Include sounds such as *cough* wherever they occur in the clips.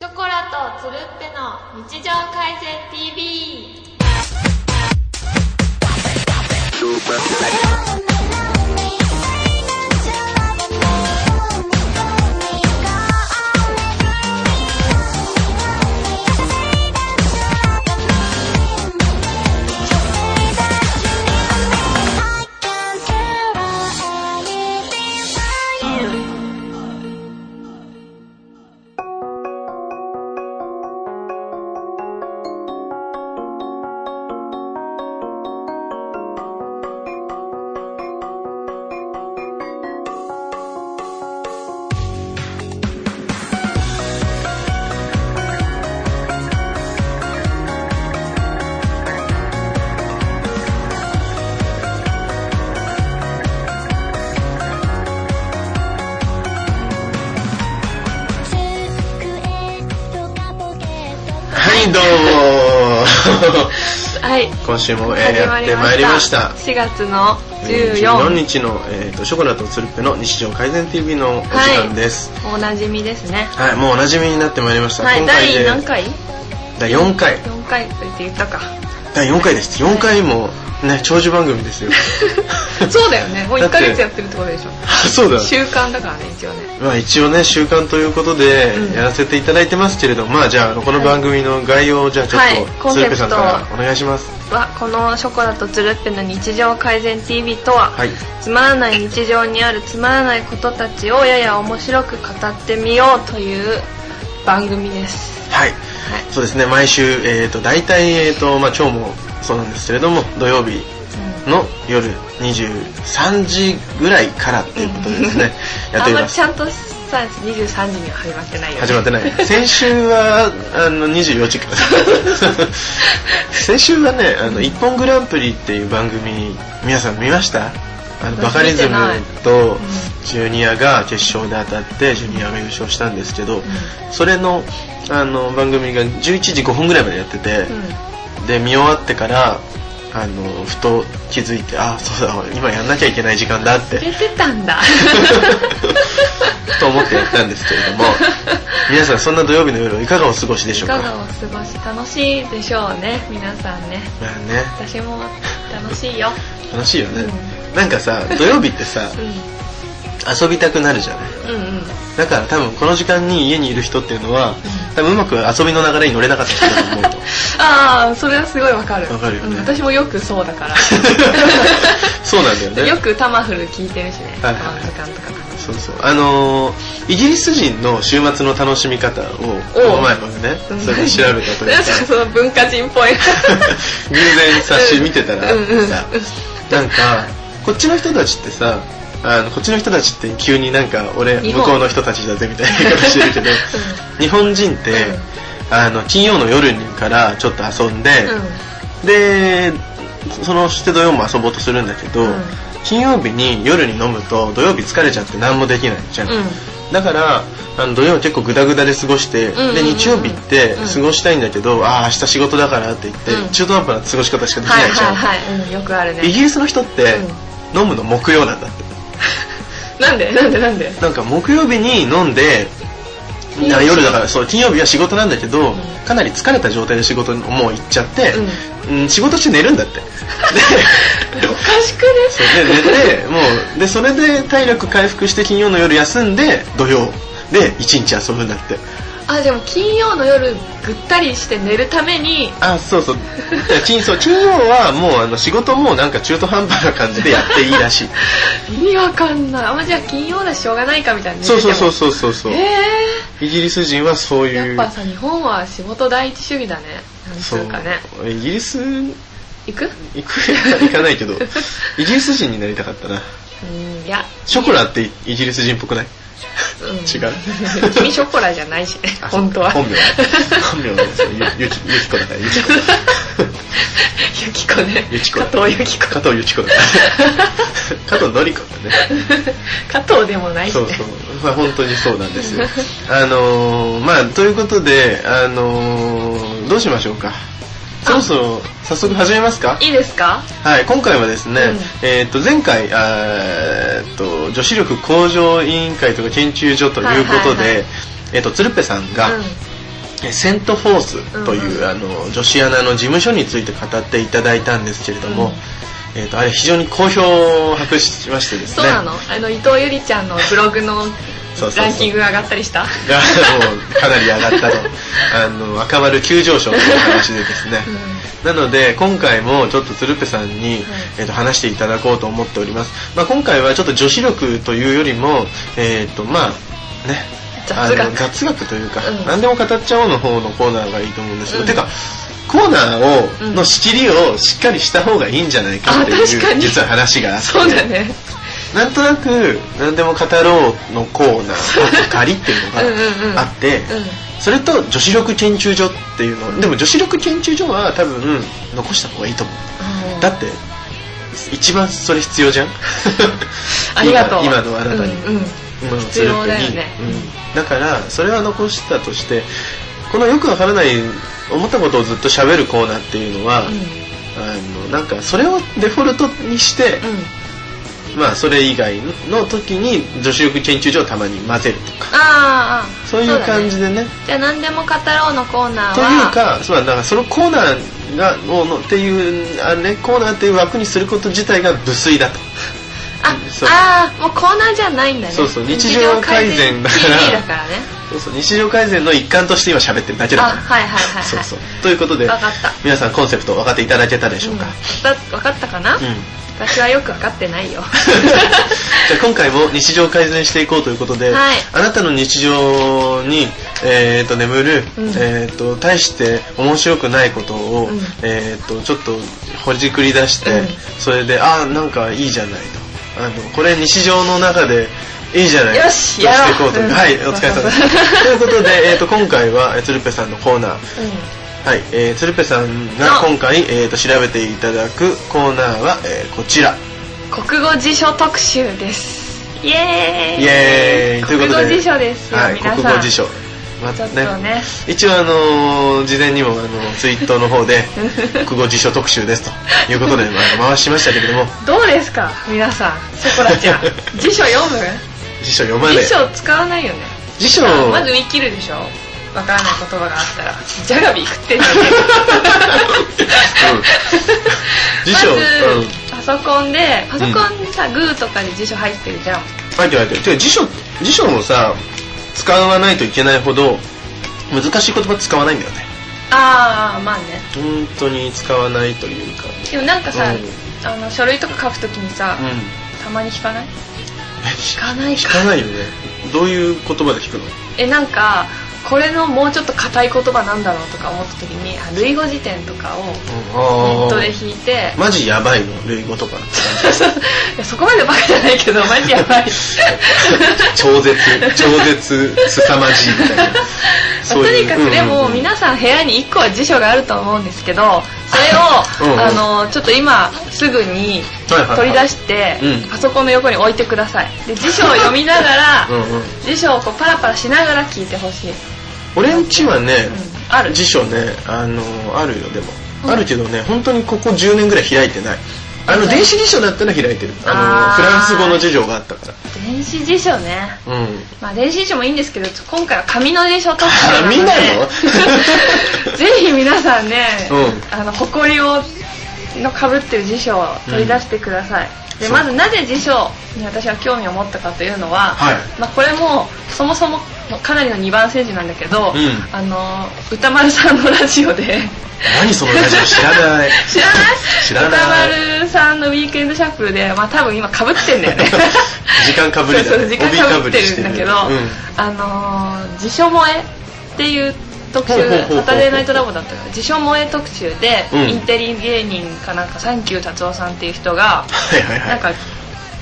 ショコラとつるっぺの日常改善 TV はい、どうも *laughs* はい今週も、えーやってまいりました。 4月の14 14日の、えー、とショコラとつるっぺの日常改善 TV のお時間です、おなじみですねはいもうおなじみになってまいりました、はい今回第で何回第4回 ?4 回って言っ *laughs* たか第4回です4回もね長寿番組です *laughs* よそうだよねもうだ1ってヶ月やってるってことでしょそうだ習慣だからね一応ねまあ一応ね習慣ということでうんやらせていただいてますけれども、まあじゃあこの番組の概要をじゃあちょっはいと、コンつセるっプトぺさんからお願いしますはこの「ショコラとつるっぺの日常改善 TV」とは、はいつまらない日常にあるつまらないことたちをやや面白く語ってみようという番組ですはいはいそうですね毎週、えー、と大体、えーとまあ、今日もそうなんですけれども土曜日の夜23時ぐらいからっていうことでですね、やっあてんおりままりすちゃんとさ23時には始まってないよ、ね、始まってない先週はあの24時から先週はね「あの一本グランプリ」っていう番組皆さん見ましたあの私バカリズム見とてないジュニアが決勝で当たってジュニアが優勝したんですけど、それのあの番組が11時5分ぐらいまでやってて、で見終わってからあのふと気づいてあそうだ今やんなきゃいけない時間だっうてん、忘れてたんだと思ってやったんですけれ *laughs* ども皆さんそんな土曜日の夜はいかがお過ごしでいしょうかかがお過ごし楽しいでしょうね皆さんねまあね私も楽しいよ、楽しいよね、うなんかさ土曜日ってさう遊びたくなるじゃないん、うんうんだから多分この時間に家にいる人っていうのは多分うまく遊びの流れに乗れなかった人だと思うとああそれはすごいわかるわかるよねうん私もよくそう *laughs* だからそうなんだよねよくタマフル聞いてるしね、はいこの時間とかそうそうあのーイギリス人の週末の楽しみ方をこの前までねうんそれで調べたというなかんかその文化人っ *laughs* ぽい偶然冊子見てたらさ、うんうんうんなんかこっちの人たちってさあのこっちの人たちって急になんか俺日向本こうの人たちだぜみたいな言い方してるけど、日本人って、あの金曜の夜からちょっと遊んで、でそのして土曜も遊ぼうとするんだけど、うん金曜日に夜に飲むと土曜日疲れちゃって何もできないじゃん、うんだからあの土曜結構グダグダで過ごして、んうんうんで日曜日ってうん過ごしたいんだけど、ああ明日仕事だからって言って、うん中途半端な過ごし方しかできはいないじゃん、はいはい、うん、よくあるねイギリスの人って、飲むの木曜なんだってなんでなんでなんでなんか木曜日に飲んで金曜日な夜だからそう金曜日は仕事なんだけど、かなり疲れた状態で仕事にもう行っちゃって、うん仕事中寝るんだってでおかしくねそうで寝てもうでそれで体力回復して金曜の夜休んで土曜で一日遊ぶんだってあでも金曜の夜ぐったりして寝るためにあそう *laughs* そう金そう金曜はもうあの仕事もなんか中途半端な感じでやっていいら *laughs* しい意味わかんないあんまじゃあ金曜だししょうがないかみたいなそうそうそうそそうそうそうえイギリス人はそうー、やいっうぱさ日本は仕事第一主義だねなんつそううかねイギリス行行くく行かない *laughs* けどイギリス人になりたかったなうんいやショコラってイギリス人っぽくないうん違う君ショコラじゃないしねあそう本当は本名は *laughs* 本名はそうゆゆきゆきこだからゆきこゆきこねゆきこ加藤ゆきこ加藤ゆきこだから加藤のりこだね加藤でもないしそねう *laughs* そう、まあ、本当にそうなんですよ。あのー、まあ、ということで、あのー、どうしましょうか。そろそろ早速始めますかいいですかはい、今回はですね、うんえーっと、前回、あーえーっと、女子力向上委員会とか研究所ということで、はいはいはいえーっと、つるっぺさんが、うんえセント・フォースという、あの女子アナの事務所について語っていただいたんですけれども、えー、とあれ非常に好評を博しましてですねそうなのあの伊藤ゆりちゃんのブログのそうそうそうランキング上がったりしたがもうかなり上がったとあの赤丸急上昇という話でですね、なので今回もちょっと鶴瓶さんに、えー、と話していただこうと思っております、まあ、今回はちょっと女子力というよりもえっ、とまあね雑学あの雑学というか、うん何でも語っちゃおうの方のコーナーがいいと思うんですけど、うんてかコーナーを、うんの仕切りをしっかりした方がいいんじゃないかってあ確かいうに実は話があって *laughs* そうだねなんとなく「何でも語ろう」のコーナーと仮っていうの *laughs* うんうんうんがあってうそれと女子力研究所っていうのでも女子力研究所は多分残した方がいいと思んうだって一番それ必要じゃん *laughs* ありがとう今今のあなたに、うんうん今の必要だよね努力にうん、だからそれは残したとしてこのよくわからない思ったことをずっと喋るコーナーっていうのは、あのなんかそれをデフォルトにして、うんうんまあ、それ以外の時に女子力研究所をたまに混ぜるとかあーあーそういう感じそだねでねじゃあ何でも語ろうのコーナーはというかそうだからそのコーナーがののっていうあれコーナーっていう枠にすること自体が無粋だとあそうあーもうコーナーじゃないんだねそうそう日常改善だから TV だからねそうそう日常改善の一環として今喋ってるだけだあから、はいはいはいはいそうそうということでわかった皆さんコンセプト分かっていただけたでしょうか、うんわかったわかったかな、うん私はよく分かってな *laughs* いよじゃあ今回も日常を改善していこうということで、はいあなたの日常に、えー、と眠る、うんえー、と大して面白くないことを、うんえー、とちょっとほじくり出して、うんそれでああんかいいじゃないとあのこれ日常の中でいいじゃないよしとやろうしていこうと、うんはいお疲れ様ですということで、えー、と今回はえー鶴瓶さんのコーナーうはい、えー、鶴瓶さんが今回、えー、と調べていただくコーナーは、えーこちらん国語辞書特集ですイエーイイエーイという国こと語で辞書ですよ、はい、皆さん国語辞書まちたょっとねね一応あのー事前にもあのツイートの方 *laughs* で国語辞書特集ですということで、まあ、回しましたけれどもどうですか皆さんそこらち *laughs* ゃん辞書読む辞書読まない辞書使わないよね辞書あまず見切るでしょわからない言葉があったらじゃがビ食ってんじゃねうんえ辞書、まうんず、パソコンでパソコンでさ、グーとかで辞書入ってるじゃん書いて書いててか辞書辞書もさ使わないといけないほど難しい言葉使わないんだよねああまあね本当に使わないというかでもなんかさ、うんあの書類とか書くときにさ、うんたまに引かない聞かないかかないよねどういう言葉で聞くのえなんかこれのもうちょっと硬い言葉なんだろうとか思ったときにあ類語辞典とかをネットで引いて、マジやばいの類語とか *laughs* いやそこまでバカじゃないけどマジやばい超絶超絶凄まじいみたいな *laughs* まあとにかくでも、うんうんうん皆さん部屋に1個は辞書があると思うんですけどそれをうんうんあのちょっと今すぐにはいはいはい取り出して、うんパソコンの横に置いてくださいで辞書を読みながら、 *laughs* うんうん辞書をこうパラパラしながら聞いてほしい、俺んちはね、ある辞書ねあのあるよでも、あるけどね本当にここ10年ぐらい開いてないあの電子辞書だったら開いてるああのーフランス語の辞書があったか電子辞書ねらうんまあ電子辞書もいいんですけど今回は紙の辞書特集ので紙なの *laughs* ぜひ皆さんね、うあの埃をのかぶってる辞書を取り出してください、でそうまずなぜ辞書に私は興味を持ったかというのは、はいまあ、これもそもそもかなりの2番政治なんだけど、うんあの歌丸さんのラジオで何そのラジオ知らない *laughs* 知らない知らない歌丸さんのウィークエンドシャッフルで、まあ、多分今かぶってんだよ *laughs* ね時間かぶりだねそうそう時間かぶってるんだけど、帯かぶりしてるあのー辞書萌えっていう特集ほうほうほうほうサタデーナイトラボだったから辞書萌え特集で、うんインテリ芸人かなんかサンキュー達夫さんっていう人が、はいはいはいなんか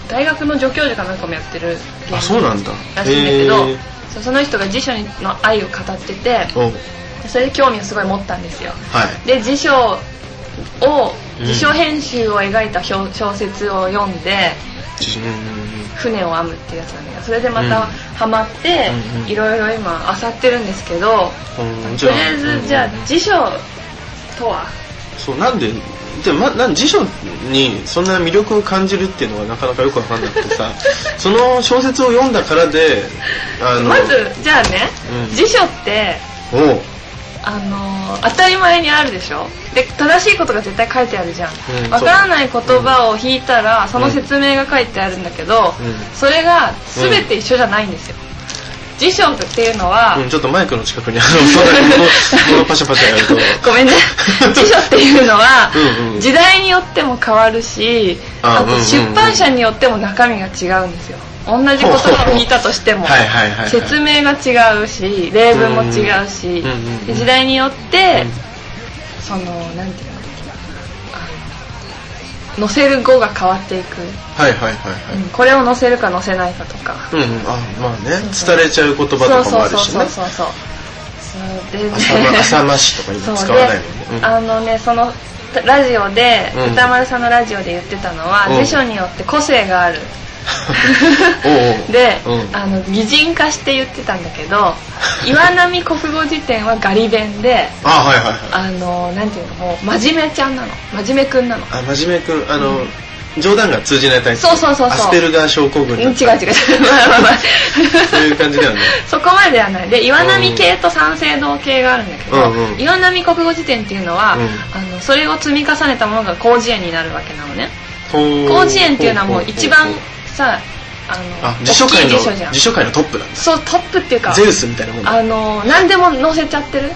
大学の助教授かなんかもやってる芸人あそうなんだらしいんだけど、へーそうその人が辞書の愛を語ってておそれで興味をすごい持ったんですよはいで辞書をうん辞書編集を描いた小小説を読んでうんうんうん「船を編む」っていうやつなんだけどそれでまたハマってうんうんいろいろ今漁ってるんですけどうんとりあえずじゃうんあ辞書とはそうなんででまなん辞書にそんな魅力を感じるっていうのがなかなかよくわかんなくて *laughs* さその小説を読んだからであのまずじゃあねうん辞書っておうあのー当たり前にあるでしょで正しいことが絶対書いてあるじゃんうんそうわ、からない言葉を引いたら、その説明が書いてあるんだけど、うんそれが全て一緒じゃないんですよ、辞書っていうのは、うん、ちょっとマイクの近くにあの *laughs* そんな *laughs* にこうこのパシャパシャやるとご *laughs* めんね辞書っていうのはうんうん時代によっても変わるしああとうんうんうん出版社によっても中身が違うんですよ同じ言葉を聞いたとしてもはいはいはいはい説明が違うし例文も違ううしんうんうんで時代によってうんそのなんていうのあの載せる語が変わっていく、はいはいはいはい、うんこれを載せるか載せないかとかうんうん、あまあね伝れちゃう言葉とかもあるし *laughs* そうねそうそうそうそうで浅ま浅ましとかそ今う使わないもんねで、あのねそのラジオで、うん歌丸さんのラジオで言ってたのは、うん辞書によって個性がある *laughs* おうで、うんあの擬人化して言ってたんだ *laughs* けど岩波国語辞典はガリ弁であはいはいはいあのなんていうのもう真面目ちゃんなの真面目くんなのあ真面目くんあの、冗談が通じないタイプそうそうそうそうアスペルガー症候群うん違う違う *laughs* まあまあまあそういう感じだよね *laughs* そこまではないで岩波系と三省堂系があるんだけど、うんうん岩波国語辞典っていうのうは、んあのそれを積み重ねたものが広辞苑になるわけなのね甲広辞苑っていうのはもう一番さあのあ辞書大き界いの辞書じゃん辞書界のトップなんだそうトップっていうかゼウスみたいなもんだあの何でも載せちゃってる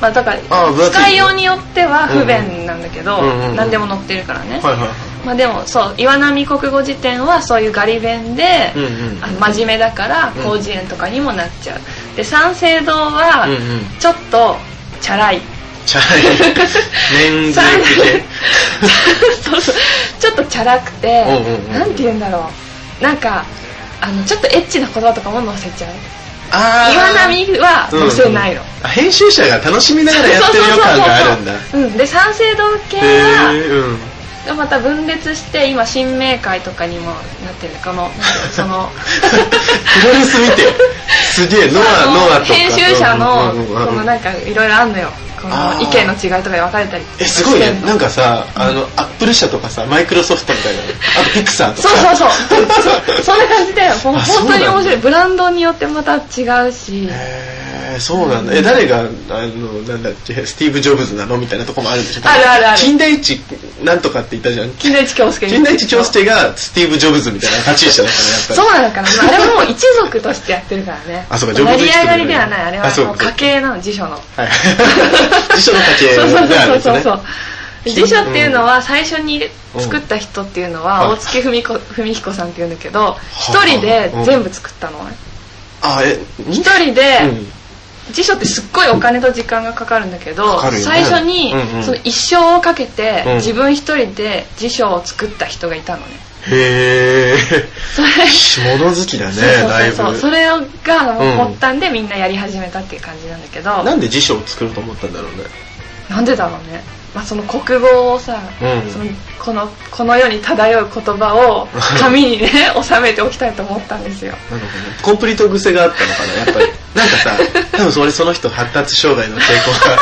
まあだからあ分厚い使いようによっては不便なんだけど、うんうんうんうん何でも載ってるからね、はいはいはまあでもそう岩波国語辞典はそういうガリ弁で、いうんうんあの真面目だからうん広辞苑とかにもなっちゃうで三省堂はうんうんちょっとチャラい、チャラい *laughs* 年三齢系そうそうちょっとチャラくておうおうおうなんて言うんだろうなんかあのちょっとエッチな言葉とかも載せちゃうあー岩波はうんう載んせないの、あ編集者が楽しみながらやってる予感があるんだへそうそうそうそううんで三省堂系はえ *laughs* うんまた分裂して今新明会とかにもなってるこのなんていうのそのプロレス見てすげえ *laughs* ノアノアとか編集者のうんうんうんこうんのなんかいろいろあんのよこあのー意見の違いとかで分かれたりえすごいねしてんのなんかさあのアップル社とかさマイクロソフトみたいなあとピクサーとそかうそうそうそそんな感じでほんあそうな本当んにだ面白いブランドによってまた違うしへえそうなんだえ誰があのなんだっけスティーブ・ジョブズなのみたいなとこもあるんでしょあるあるある金田一なんとかって言ったじゃん金田一京介金田一長介がスティーブ・ジョブズみたいな立ち位置だったねそやっぱりうなのかな、まあ、あれはもう一族としてやってるからね *laughs* あそうか成り上手に上がりではないあれあそうはかもう家系なの辞書のはい辞書の家系そうそうであるんそうですそうねそう辞書っていうのは最初にうん作った人っていうのうはん大月文子文彦さんっていうんだけど一あ人で全部作ったのねあえ一人で辞書ってすっごいお金と時間がかかるんだけどかかるよね最初にうんうんその一生をかけてうん自分一人で辞書を作った人がいたのねへえそれ物好きだねそうだいそうそうぶそれがうん発端でみんなやり始めたっていう感じなんだけどなんで辞書を作ろうと思ったんだろうねなんでだろうね、まあ、その国語をさ、うんそのこのこの世に漂う言 *laughs* 葉を紙にね収めておきたいと思ったんですよなるほどねコンプリート癖があったのかなやっぱり *laughs* なんかさ多分それその人発達障害の傾向 *laughs* が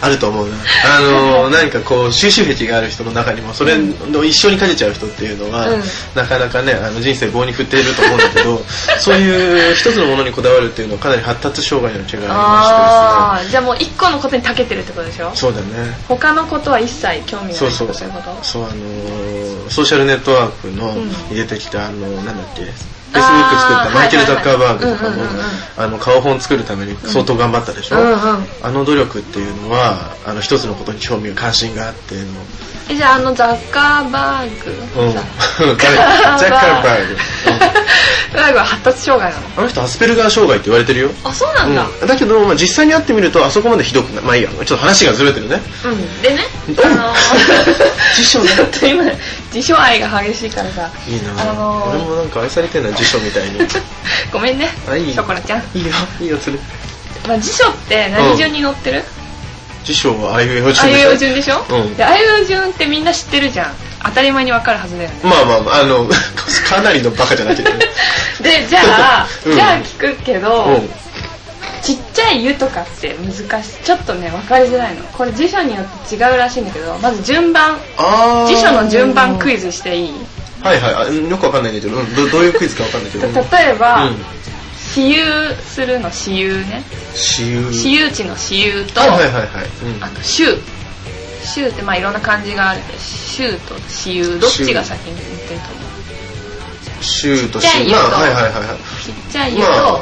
あると思うなあのなんかこう収集癖がある人の中にもそれの一緒にかけちゃう人っていうのは、うんなかなかねあの人生棒に振っていると思うんだけ *laughs* どそういう一つのものにこだわるっていうのはかなり発達障害の違いが *laughs* あああーじゃあもう一個のことに長けてるってことでしょりましてですねそうだね他のことは一切興味がないそうそうそういうことそうあのーソーシャルネットワークのうんに出てきた、あのーなんだっけフェイスブック作っあーたマイケル・ザッカーバーグとかはいもはいはいうんうんうんうんあの顔本作るために相当頑張ったでしょ、うんうんあの努力っていうのはあの一つのことに興味関心があっての、うえじゃああのザッカーバーグ *laughs* ん、ザザッカーバーグ、うん *laughs* ッカーバーグは発達障害なのあの人アスペルガー障害って言われてるよあそうなんだ、うん、だけど、まあ、実際に会ってみるとあそこまでひどくないまあいいやちょっと話がずれてるねうんでね、うんあのー *laughs* 辞書ねちょっと今辞書愛が激しいからさ *laughs* いいな、あのー俺もなんか愛されてるな辞書みたい *laughs* にごめんねあいいショコラちゃん、いいよいいよ連れてまあ、辞書って何順に載ってる、辞書はああいうえおあ順いでしうょえお順でしょ、うんであいうえお順ってみんな知ってるじゃん当たり前にわかるはずだよねまあまあまあ、あの、 *laughs* かなりのバカじゃな *laughs* きゃいけない。 *laughs* でじゃあ、うんじゃあ聞くけど、うん。ちっちゃい「湯とかって難しいちょっとね分かりづらいのこれ辞書によって違うらしいんだけどまず順番あー辞書の順番クイズしていいはいはいあ。よくわかんないんだけど、うんどどういうクイズかわかんないけど。例えうば、ん「私有するの私有ね私有私有地の私有と、はいはいはいはい、うんあと州州ってまあいろんな漢字があるけど州と私有どっちが先に言ってると思う州とちっちゃい州言うまあとはいはいはいはいちっちゃい湯と、まあ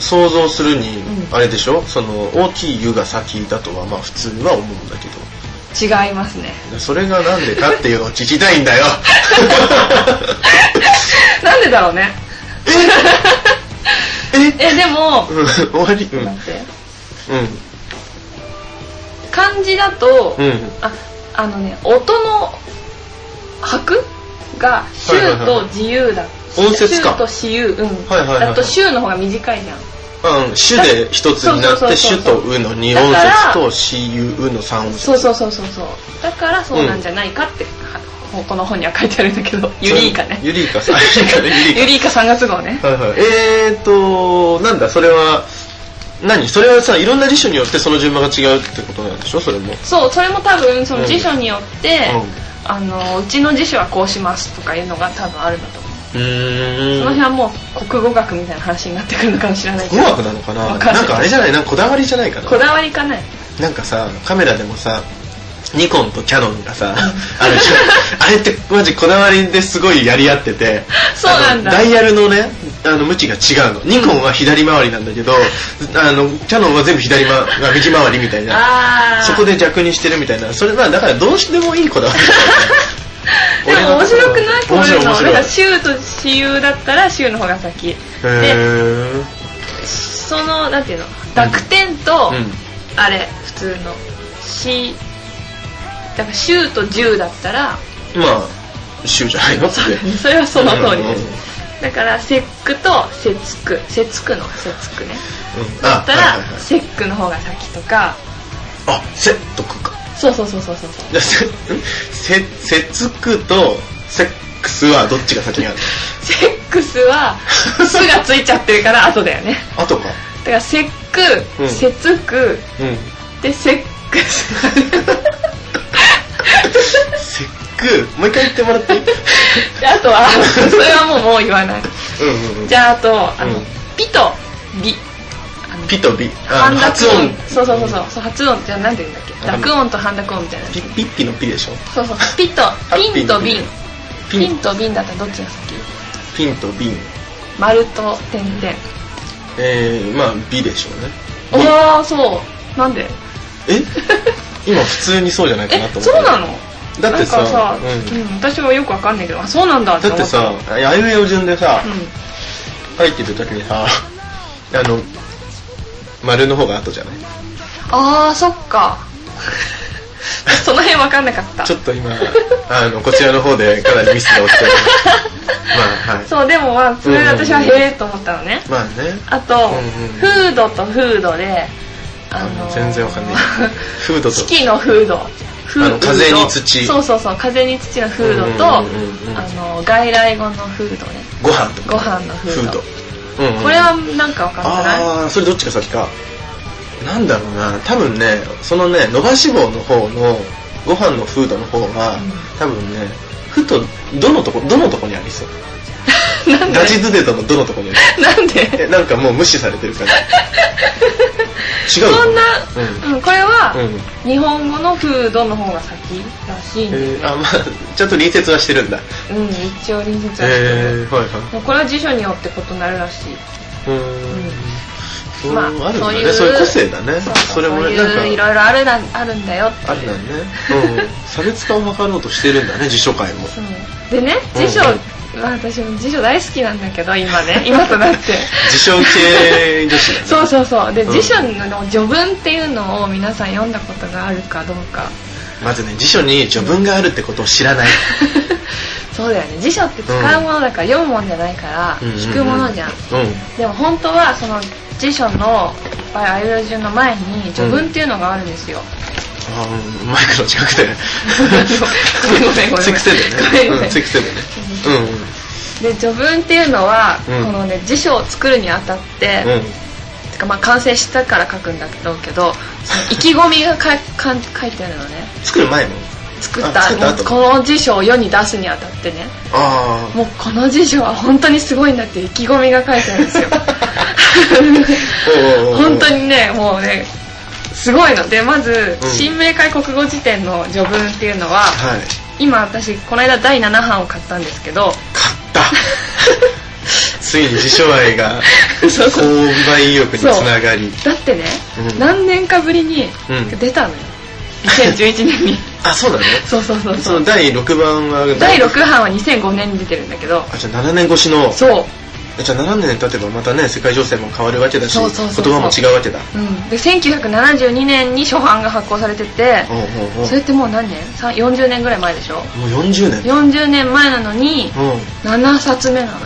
想像するにうんあれでしょ、その大きい湯が先だとはまあ普通は思うんだけど違いま *laughs* すねそれがなんでかっていうのを聞きたいんだ *laughs* よ *laughs* なんでだろうねえ *laughs* *laughs* えでもうん終わりうんうん待って漢字だと、うんああのね音の拍が「州はいはいはいと「自由」だ音節か州と「私有」うん、はいはいはいはいだと「州」の方が短いじゃんあうん主で一つになっそうそうてそう主そとううの二だ音から節としゆうの三音節そうそうそうそうそうだからそうなんじゃないかって、はこの本には書いてあるんだけどユリイカねユリイカさんユリイカねユリイ *laughs* ユリイカ3月号ねカはいはいえーとなんだそれは何それはさいろんな辞書によってその順番が違うってことなんでしょそれもそうそれも多分そうのん辞書によって、あのうちの辞書はこうしますとかいうのが多分あるんだとう思う、んうーんその辺はもう国語学みたいな話になってくるのかもしれないけ語ど学なのかなわかんないなんかあれじゃないなんかこだわりじゃないかなこだわりかないなんかさカメラでもさニコンとキャノンが *laughs* さ、あれじゃんあれってマジこだわりですごいやり合ってて、そうなんだあのダイヤルのね、あの向きが違うの。ニコンは左回りなんだけど、あの、キャノンは全部左回り、右回りみたいな。ああそこで逆にしてるみたいな。それまあだからどうしてもいいこだわりでだよね。も面白くないこう面い白ういの面だか白らい。州と私有だったら州の方が先へ *laughs* でーそのなんていうの濁点と、うん。あれ普通のしだから州と銃だったらまあ、州じゃないのって。 *laughs* それはその通りでうんうんうんすだから節句と節句節句の節句ねうんだったはいはいはらい節句の方が先とかあ、セットくか。そうそうそうそうそうそうじゃあ、せ、んせ、せつくと、セックスはどっちが先に *laughs* あるセックス *laughs* は「す」がついちゃってるから後だよねあとか。だから節う句ん節句 *laughs* うん。でセックス *laughs* セック、もう一回言ってもらっていい *laughs* であとはそれはもうもう言わないうんうんうんじ。ゃああとあの、うんピとビあのピとビ。あ半の、濁発音音。そうそうそうそうそう発音じゃあ何て言うんだっけあの濁音と半濁音みたいなピ、ピッピのピでしょ。そうそうピとピンと瓶ピピンン、と瓶だったらどっちが先ピンとビン。丸と点々えー、まあ、ビでしょうね。おおそうなんでえ今普通にそうじゃないかえなと思そうなののだってなんかささ、、ううん私はよくわかんないけどあそうなんだん。だってさ思っ、ああいうえお順でさた、う書んいてる時にさ、あの、丸の方が後じゃないああそっかその辺わかんなかったちょっと今、あの、こちらの方でかなりミスが起きてる。まあ、はい。そうでもまあそれで私はうんうんうんへえと思ったのねまあね。あと、うんうんフードとフードで、あのー全然わかんない。フードと。 *laughs* 四季のフード。フあの風に土そうそうそう、風に土のフードと、あうんうんうんうんのー外来語のフードね。ご飯とか。ご飯のフフーードド。。うんうんこれはなんかわかんないああ、それどっちが先か。なんだろうな、多分ね、そのね、伸ばし棒の方の、ご飯のフードの方は、うん多分ね、ふと、どのとこ、どのとこにありそう。なんでガチズデートのどのとこにありそなん *laughs* でう。え、なんかもう無視されてるから。違うのそんな、ううん、これは、うん。日本語のフードの方が先らしいんえで、ー、あ、まあちゃんと隣接はしてるんだ。うん、一応臨時ちゃんえー、はいはい。これは辞書によって異なるらしい。うーん。まあうんあるんだそうねいうそういう個性だね。そそうそうれもそうね、いうなんいか、ろいろあるなあるんだよっていうあるんだね。うん。差別化を図ろうとしてるんだね、辞書界も。そうでね辞書、まあ私も辞書大好きなんだけど今 *laughs* ね今となって辞書系女子だね。そうそうそうで、うん辞書の序文っていうのを皆さん読んだことがあるかどうか *laughs* まずね、辞書に序文があるってことを知らない。そうだよね辞書って使うものだから、読むもんじゃないから、うんうんうん聞くものじゃんうでも本当はその辞書の場合あいうえお順の前に序文っていうのがあるんですよ、ん。あーマイクの近くで。ごめんごめんごめんセクセごめんだごよめね。んうん、セクセだね。で序文っていうのは、うんこのね辞書を作るにあたって、うん。うん。てかまあ完成したから書くんだろうけどその意気込みがかか書いてあるのね作る前も。作ったあ作った後もうこの辞書を世に出すにあたってねあもうこの辞書は本当にすごいんだっていう意気込みが書いてあるんですよ *laughs* おうおうおう本当にねもうねすごいのでまずうん新明解国語辞典の序文っていうのははい今私この間第7版を買ったんですけ *laughs* ど勝ったついに辞書愛が *laughs* そうそう購買意欲につながりだってね、うん何年かぶりにうん出たのよ、2011年にあそうだねそうそうそうそそうの第6番は第6版は2005年に出てるんだけどあじゃあ7年越しのそうじゃあ7年経てばまたね世界情勢も変わるわけだしそうそうそうそう言葉も違うわけだうん、で1972年に初版が発行されてておうおうおうそれってもう何年さん ?40 年ぐらい前でしょもう40年 ?40 年前なのにうん7冊目なのよ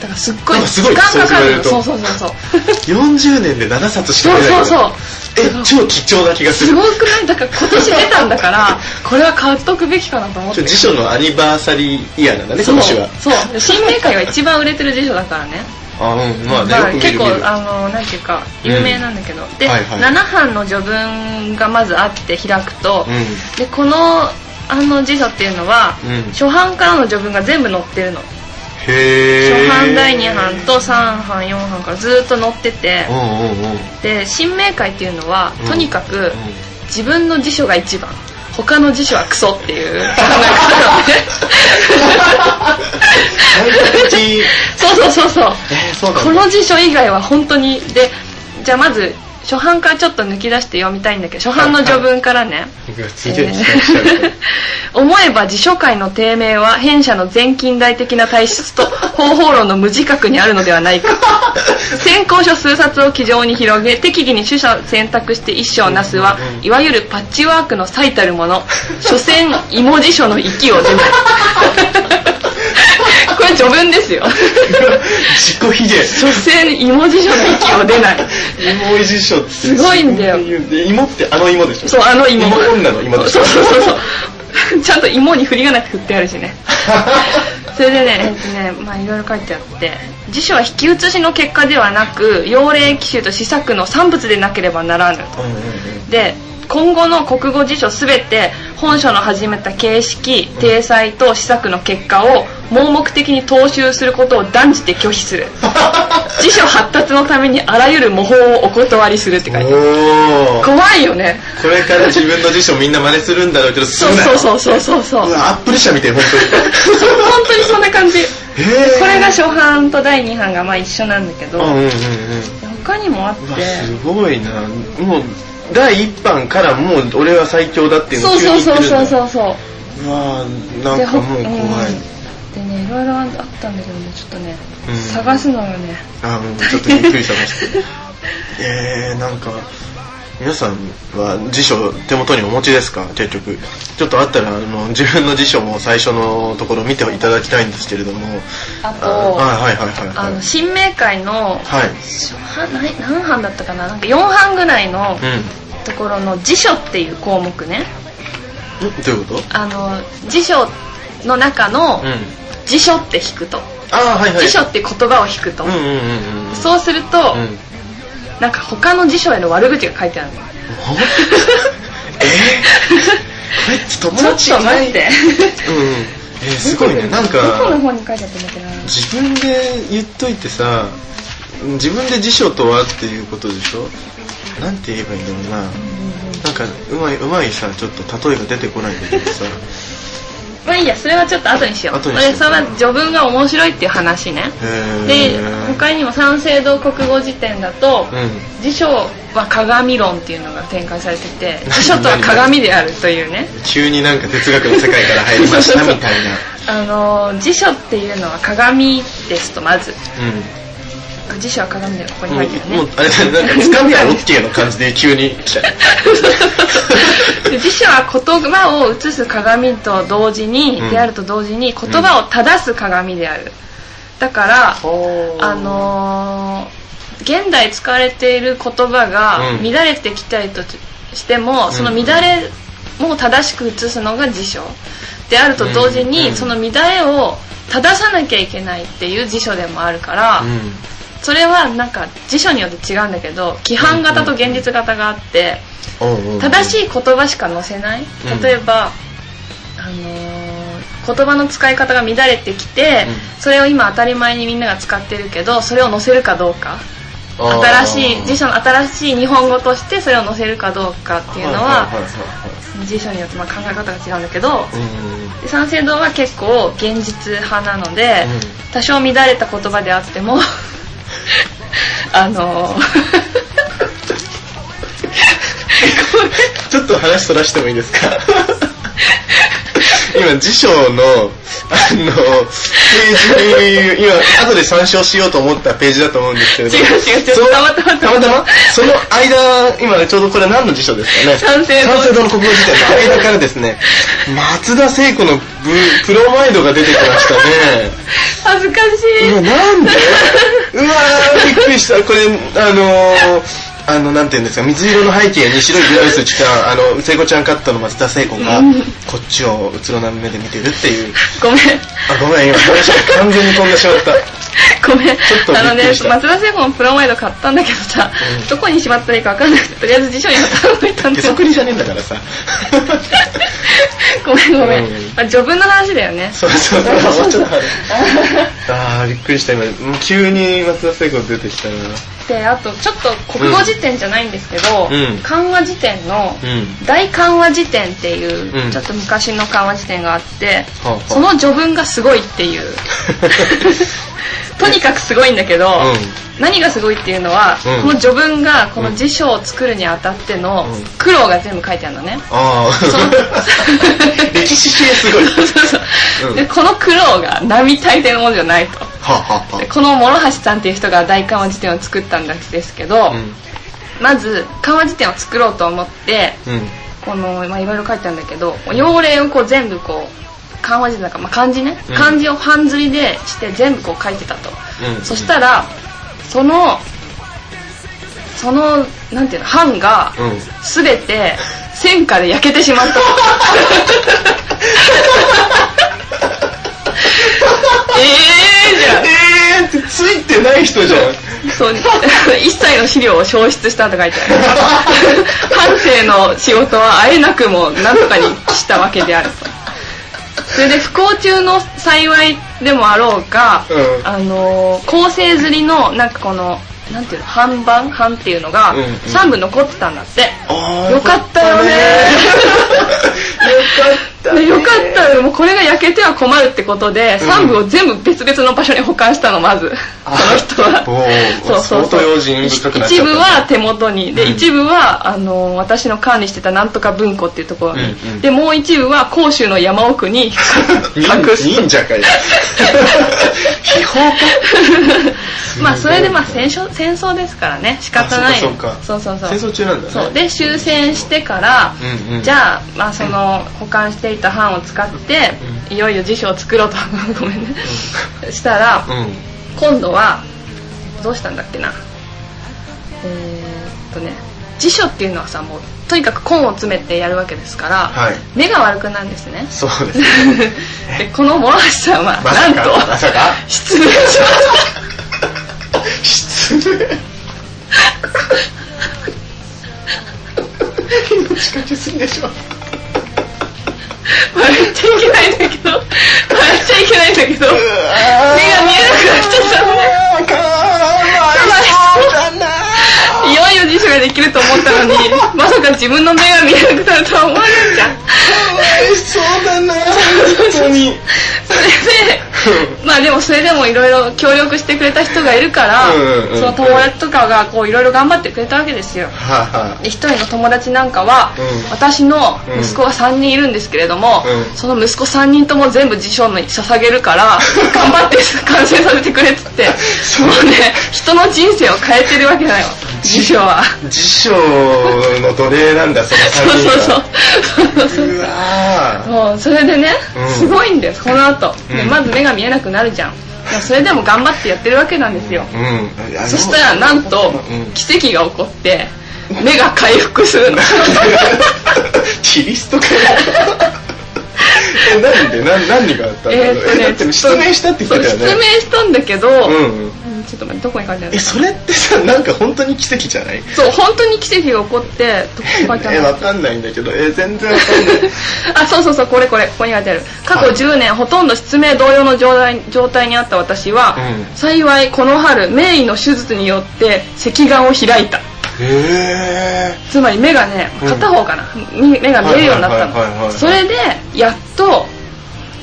だからすっごいなんかすごい時間かかるよそそううそそううそうそう *laughs* 40年で7冊しかそう出ないそうのそうえ超貴重な気がすするごくないだから今年出たんだからこれは買っとくべきかなと思っちてょ辞書のアニバーサリーイヤーなんだねそう今年はそうで新明解は一番売れてる辞書だからねあうんまあだからねよく見結る構見るあのなんていうか有名なんだけど、で、はいはい7版の序文がまずあって開くと、うんでこのあの辞書っていうのは、うん初版からの序文が全部載ってるのへ初え版第2版と3版4版からずっと載っててうんうん *laughs* うんうんで新明解っていうのはうんとにかく自分の辞書が1番他の辞書はクソってい *laughs* う *laughs* 考え感方なんで覚的そうそうそうそうえーそうなんこだの辞書以外は本当にでじゃあまず初版からちょっと抜き出して読みたいんだけど初版の序文からね、僕がついてる人が来ちゃう *laughs* から思えば辞書界の低迷は弊社の全近代的な体質と方法論の無自覚にあるのではないか先行書数冊を基上に広げ適宜に取捨選択して一書をなすはうんうんうんいわゆるパッチワークの最たるもの所詮芋辞書の域を出 *laughs* ないこれ序文ですよ自己卑下所詮芋辞書の域を出 *laughs* ない芋い辞書ってすごいんだよで芋ってあの芋でしょそうあの芋芋女の芋でしそょうそうそうそうちゃんと芋に振りがなく振ってあるし *laughs* ねそれでね、えっとね、まあいろいろ書いてあって、辞書は引き写しの結果ではなく、用例記集と試作の産物でなければならぬと。うんうんうんで、今後の国語辞書すべて、本書の始めた形式、体裁と試作の結果を盲目的に踏襲することを断じて拒否する。辞書発達のためにあらゆる模倣をお断りするって書いてある。おお怖いよね。これから自分の辞書みんな真似するんだろうけどすそるうなそうそうそうそうそう。う本わアップル社みたい本当にそんな感じ。当にへえ *laughs* これが初版と第2版がまあ一緒なんだけど、うんうんうんうん他にもあってうわすごいなもう第一版からもう俺は最強だっていうのそうそうそうそううそうそううわなでんかほもう怖いうんでねいろいろあったんだけどねちょっとね、うん探すのよねあうんちょっとびっく *laughs* りしましたえー、なんか皆さんは辞書手元にお持ちですか結局ちょっとあったらあの自分の辞書も最初のところ見ていただきたいんですけれどもあとはいはいはいはあいの新明解のはい初版何何版だったかななんか4版ぐらいのうところの辞書っていう項目ねんんどういうことあの辞書の中のうん辞書って引くと、ああはいはい辞書って言葉を引くと、うんうんうんうんそうすると、うんなんか他の辞書への悪口が書いてあるの *laughs* ほん *laughs* えー、こいつ友ちょっ達いなとい待ってうんうんえー、すごいねなんどこのか方に書いてあったんだっけな自分で言っといてさ自分で辞書とはっていうことでしょなんて言えばいいんだろうななんかうまいうまいさちょっと例えが出てこないんだけどさまあいいやそれはちょっと後にしよう後にしよう俺それは序文が面白いっていう話ねへでー他にも三省堂国語辞典だと、うん辞書は鏡論っていうのが展開されてて辞書とは鏡であるというね急になんか哲学の世界から入りましたみたいなあのー辞書っていうのは鏡ですとまうずんあ辞書は鏡でここにも書いてあるうねもうあれだねなんかつかみは OK の感じで急に来た *laughs* で辞書は言葉を映す鏡と同時に、うんであると同時に言葉を正す鏡であるだから、あのー現代使われている言葉がうん乱れてきたりとしても、その乱れも正しく写すのが辞書であると同時に、うんその乱れを正さなきゃいけないっていう辞書でもあるから、うんそれはなんか辞書によって違うんだけど規範型と現実型があって正いしい言葉しか載せないうん例えば、あのー言葉の使い方が乱れてきて、うそれを今当たり前にみんなが使ってるけどそれを載せるかどうかあー新しい辞書の新しい日本語としてそれを載せるかどうかっていうのははいはいはい辞書によってまあ考え方が違うんだけどはいうんで三省堂は結構現実派なので、うん多少乱れた言葉であっても *laughs* あ *laughs* のちょっと話そらしてもいいですか *laughs* 今辞書のあのページ今後で参照しようと思ったページだと思うんですけれど違う違う違うそのたまたまたまたまその間今ちょうどこれ何の辞書ですかね三省堂三省堂の国語辞典の間からですね松田聖子のブプロマイドが出てきましたね恥ずかしういわなんで *laughs* うわーびっくりしたこれあのーあのなんていうんですか水色の背景に白いブラウス着たあの聖子ちゃんカットの松田聖子がこっちをうつろな目で見てるっていうごめんあごめん今話が完全に飛んでしまった *laughs* ごめんちょっとびっくりしたあのね松田聖子のプロマイド買ったんだけどさ、うんどこにしまったらいいか分かんなくてとりあえず辞書に頼いたん手だよ *laughs* 作りじゃねえんだからさ *laughs* ごめんごめん、うんあ序文の話だよ *laughs* ねそうそうそうもうちょっとあーびっくりした今もう急に松田聖子出てきたなであとちょっと国語辞典じゃないんですけど、うん緩和辞典のうん大緩和辞典っていう、うんちょっと昔の緩和辞典があって、はあはあその序文がすごいって *laughs* いうとにかくすごいんだけど、う何がすごいっていうのは、うんこの序文がこの辞書を作るにあたってのうん苦労が全部書いてあるのね、あそのあ *laughs* 歴史系すごいそうそうそううんでこの苦労が並大抵のものじゃないとはあはあはでこの諸橋さんっていう人が大緩和辞典を作ったんです *laughs* けど、あうんまず緩和辞典を作ろうと思ってうんこの、まあ、いろいろ書いてあるんだけど要例をこう全部こう緩和辞典だから、まあ、漢字ね、うん漢字を半ずりでして全部こう書いてたと、うんそしたらそのそのなんていうの版がうん全て戦火で焼けてしまったと *laughs* ええじゃんえーってついてない人じゃん。そう、一切の資料を消失したと書いてある。半生の仕事はあえなくも何とかにしたわけであると。それで不幸中の幸いでもあろうか、うんあのー構成刷りのなんかこのなんていうの半版版っていうのがうんうん3部残ってたんだって、あーよかったよねよかったねでよかったよもうこれが焼けては困るってことでうん3部を全部別々の場所に保管したのまずそあの人はおー相当用心深くなっちゃった一部は手元にで、うん一部はあの私の管理してたなんとか文庫っていうところに、うんうんでもう一部は甲州の山奥に隠忍す忍者かよ。秘宝か。 *laughs* まあそれでまあ戦争戦争ですからね仕方ないあそうかそそううかそうそ戦う争中なんだねそうで終戦してから、うんうんじゃあ,、まあその保管していた版を使って、いよいよ辞書を作ろうと *laughs* ごめんね、したら、うん。今度はどうしたんだっけなえーっとね辞書っていうのはさもうとにかく根を詰めてやるわけですから、はい目が悪くなるんですねそうですね。 *laughs* でこの諸橋さんはまさなんとか、まさか。失礼しました失 *laughs* 礼。命かけすぎでしょ。笑っちゃいけないんだけど笑っちゃいけないんだけ *laughs* ど目が見えなくなっちゃったのねあーかわいそうだなーいよいよ辞書ができると思ったのにまさか自分の目が見えなくなるとは思わないじゃんかわいそうだな本当にそれでまあでもそれでもいろいろ協力してくれた人がいるかうら、んうんうんその友達とかがこういろいろ頑張ってくれたわけですよははで一人の友達なんかは、うん私の息子が3人いるんですけれども、うんその息子3人とも全部辞書に捧げるから *laughs* 頑張って完成させてくれっつってそうもうね人の人生を変えてるわけだよ辞書は辞書の奴隷なんだそのそう3人はそうそううわーもうそれでね、うんすごいんですこの後、でうんまず目が見えなくなるじゃんでもそれでも頑張ってやってるわけなんですよ、うんあのそしたらなんとうん奇跡が起こって目が回復する *laughs* のキリストかよえなんでな何があったんだろうえーっとねだって失明したって言ってたよねそう失明したんだけど、うんうんーちょっと待ってどこに書いてあるえそれってさなんか本当に奇跡じゃないそう本当に奇跡が起こってどこに書いてあえるわかんないんだけどえ全然わかんない *laughs* あそうそうそうこれこれここに書いてある過去はい10年ほとんど失明同様の状態状態にあった私は、うん幸いこの春名医の手術によって隻眼を開いたへつまり目がねうん片方かな、み目が見えるようになったはいはいはいはいはのいそれでやっと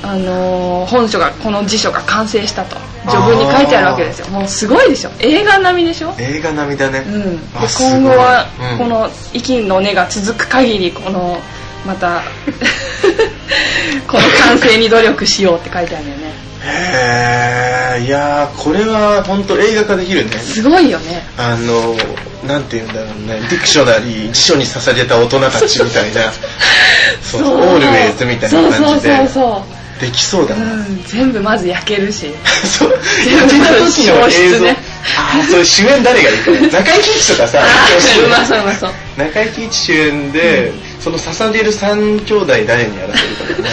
あのー本書がこの辞書が完成したと序文に書いてあるわけですよもうすごいでしょ映画並みでしょえ映画並みだねうん、であすごい今後はうんこの生きの根が続く限りこのまた *laughs* この完成に努力しようって書いてあるんだよねへえいやーこれは本当映画化できるねすごいよねあのなんて言うんだろうねディクショナリー辞書に刺された大人たちみたい *laughs* なそうオールウェイズみたいな感じでそうそうそうできそうだそう、な、うん、全部まず焼けるしそう全部見た時の映消失像、ねああそれ主演誰がいい *laughs* かね中井貴一とかさあー見うてまほしいそうよねうまそう中井貴一主演で、その刺される三兄弟誰にやらせるかとかね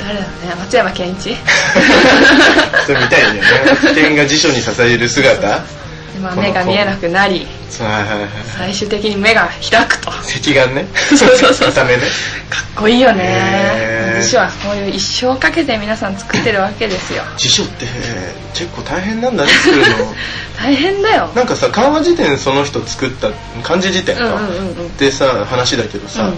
誰だろうね松山ケンイチ *laughs* それ見たいんだよね危 *laughs* 険が辞書に刺される姿まあ目が見えなくなりそうはいはいはい最終的に目が開くとかっ赤眼ねそうそうそう片目ねこいいよへねー私はこういう一生かけて皆さん作ってるわけですよ辞書って結構大変なんだね作るの大変だよ *laughs* なんかさ漢和辞典その人作った漢字辞典か、うんうんうんうんでさ話だけどさ、うん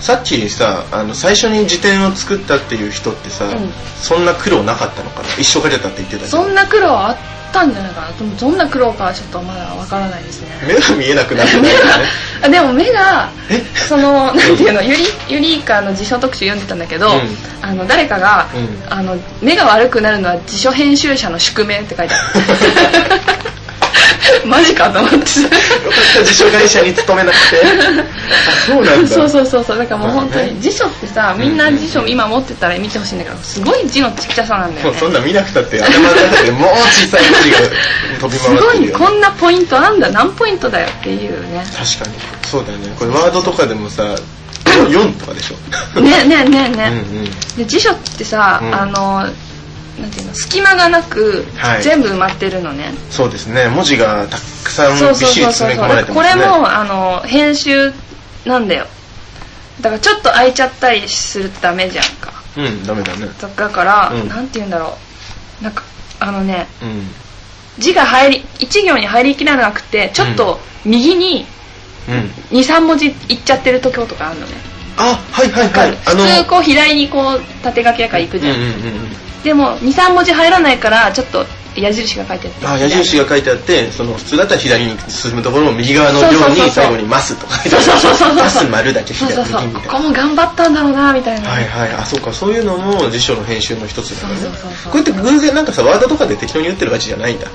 さっきさあの最初に辞典を作ったっていう人ってさ、うんそんな苦労なかったのかな一生かけたって言ってたけどそんな苦労あったんじゃないかなでもどんな苦労かはちょっとまだわからないですね目が見えなくなって *laughs* た目よがねあでも目がえそのなんていうのユリユリイカの辞書特集読んでたんだけど、うんあの誰かが、うんあの目が悪くなるのは辞書編集者の宿命って書いて *laughs* あるマジかと思ってよかった辞書会社に勤めなくてあそうなんだそうそうそうそうだからもう本当まあに、ね辞書ってさみんな辞書今持ってたら見てほしいんだけどすごい字のちっちゃさなんだもようねそんなん見なくたって頭の中でもう小さい字が飛びす回ってるごよ、ね、いこんなポイントあんだ何ポイントだよっていうね確かにそうだよねこれワードとかで *laughs* もさ4とかでしょねねねうね、んうんで辞書ってさ、うんあのなんていうの隙間がなく、はい全部埋まってるのねそうですね文字がたくさんそうびそっうしりそうそう詰め込まれてこますれねもあの編集なんだよだからちょっと空いちゃったりするとダメじゃんかうんダメだねだから、うんなんて言うんだろうなんかあのねうん字が入り一行に入りきらなくてちょっと右にうん23文字いっちゃってる時とかあるのね、あはいはいはい普通こう左にこう縦書きやから行くうんじうゃんん、うんでも23文字入らないからちょっと矢印が書いてあってあ矢印が書いてあってその普通だったら左に進むところを右側のよそううそうそうそうに最後に「ます」とか書いてあそうるそうそうそ「うます丸」だけそう左そう右そうみこたいこなも頑張ったんだろうなみたいな、はいはいあそうかそういうのも辞書の編集の一つだからねそうそうそうそうこうやって偶然なんかさワードとかで適当に打ってるわけじゃないんだ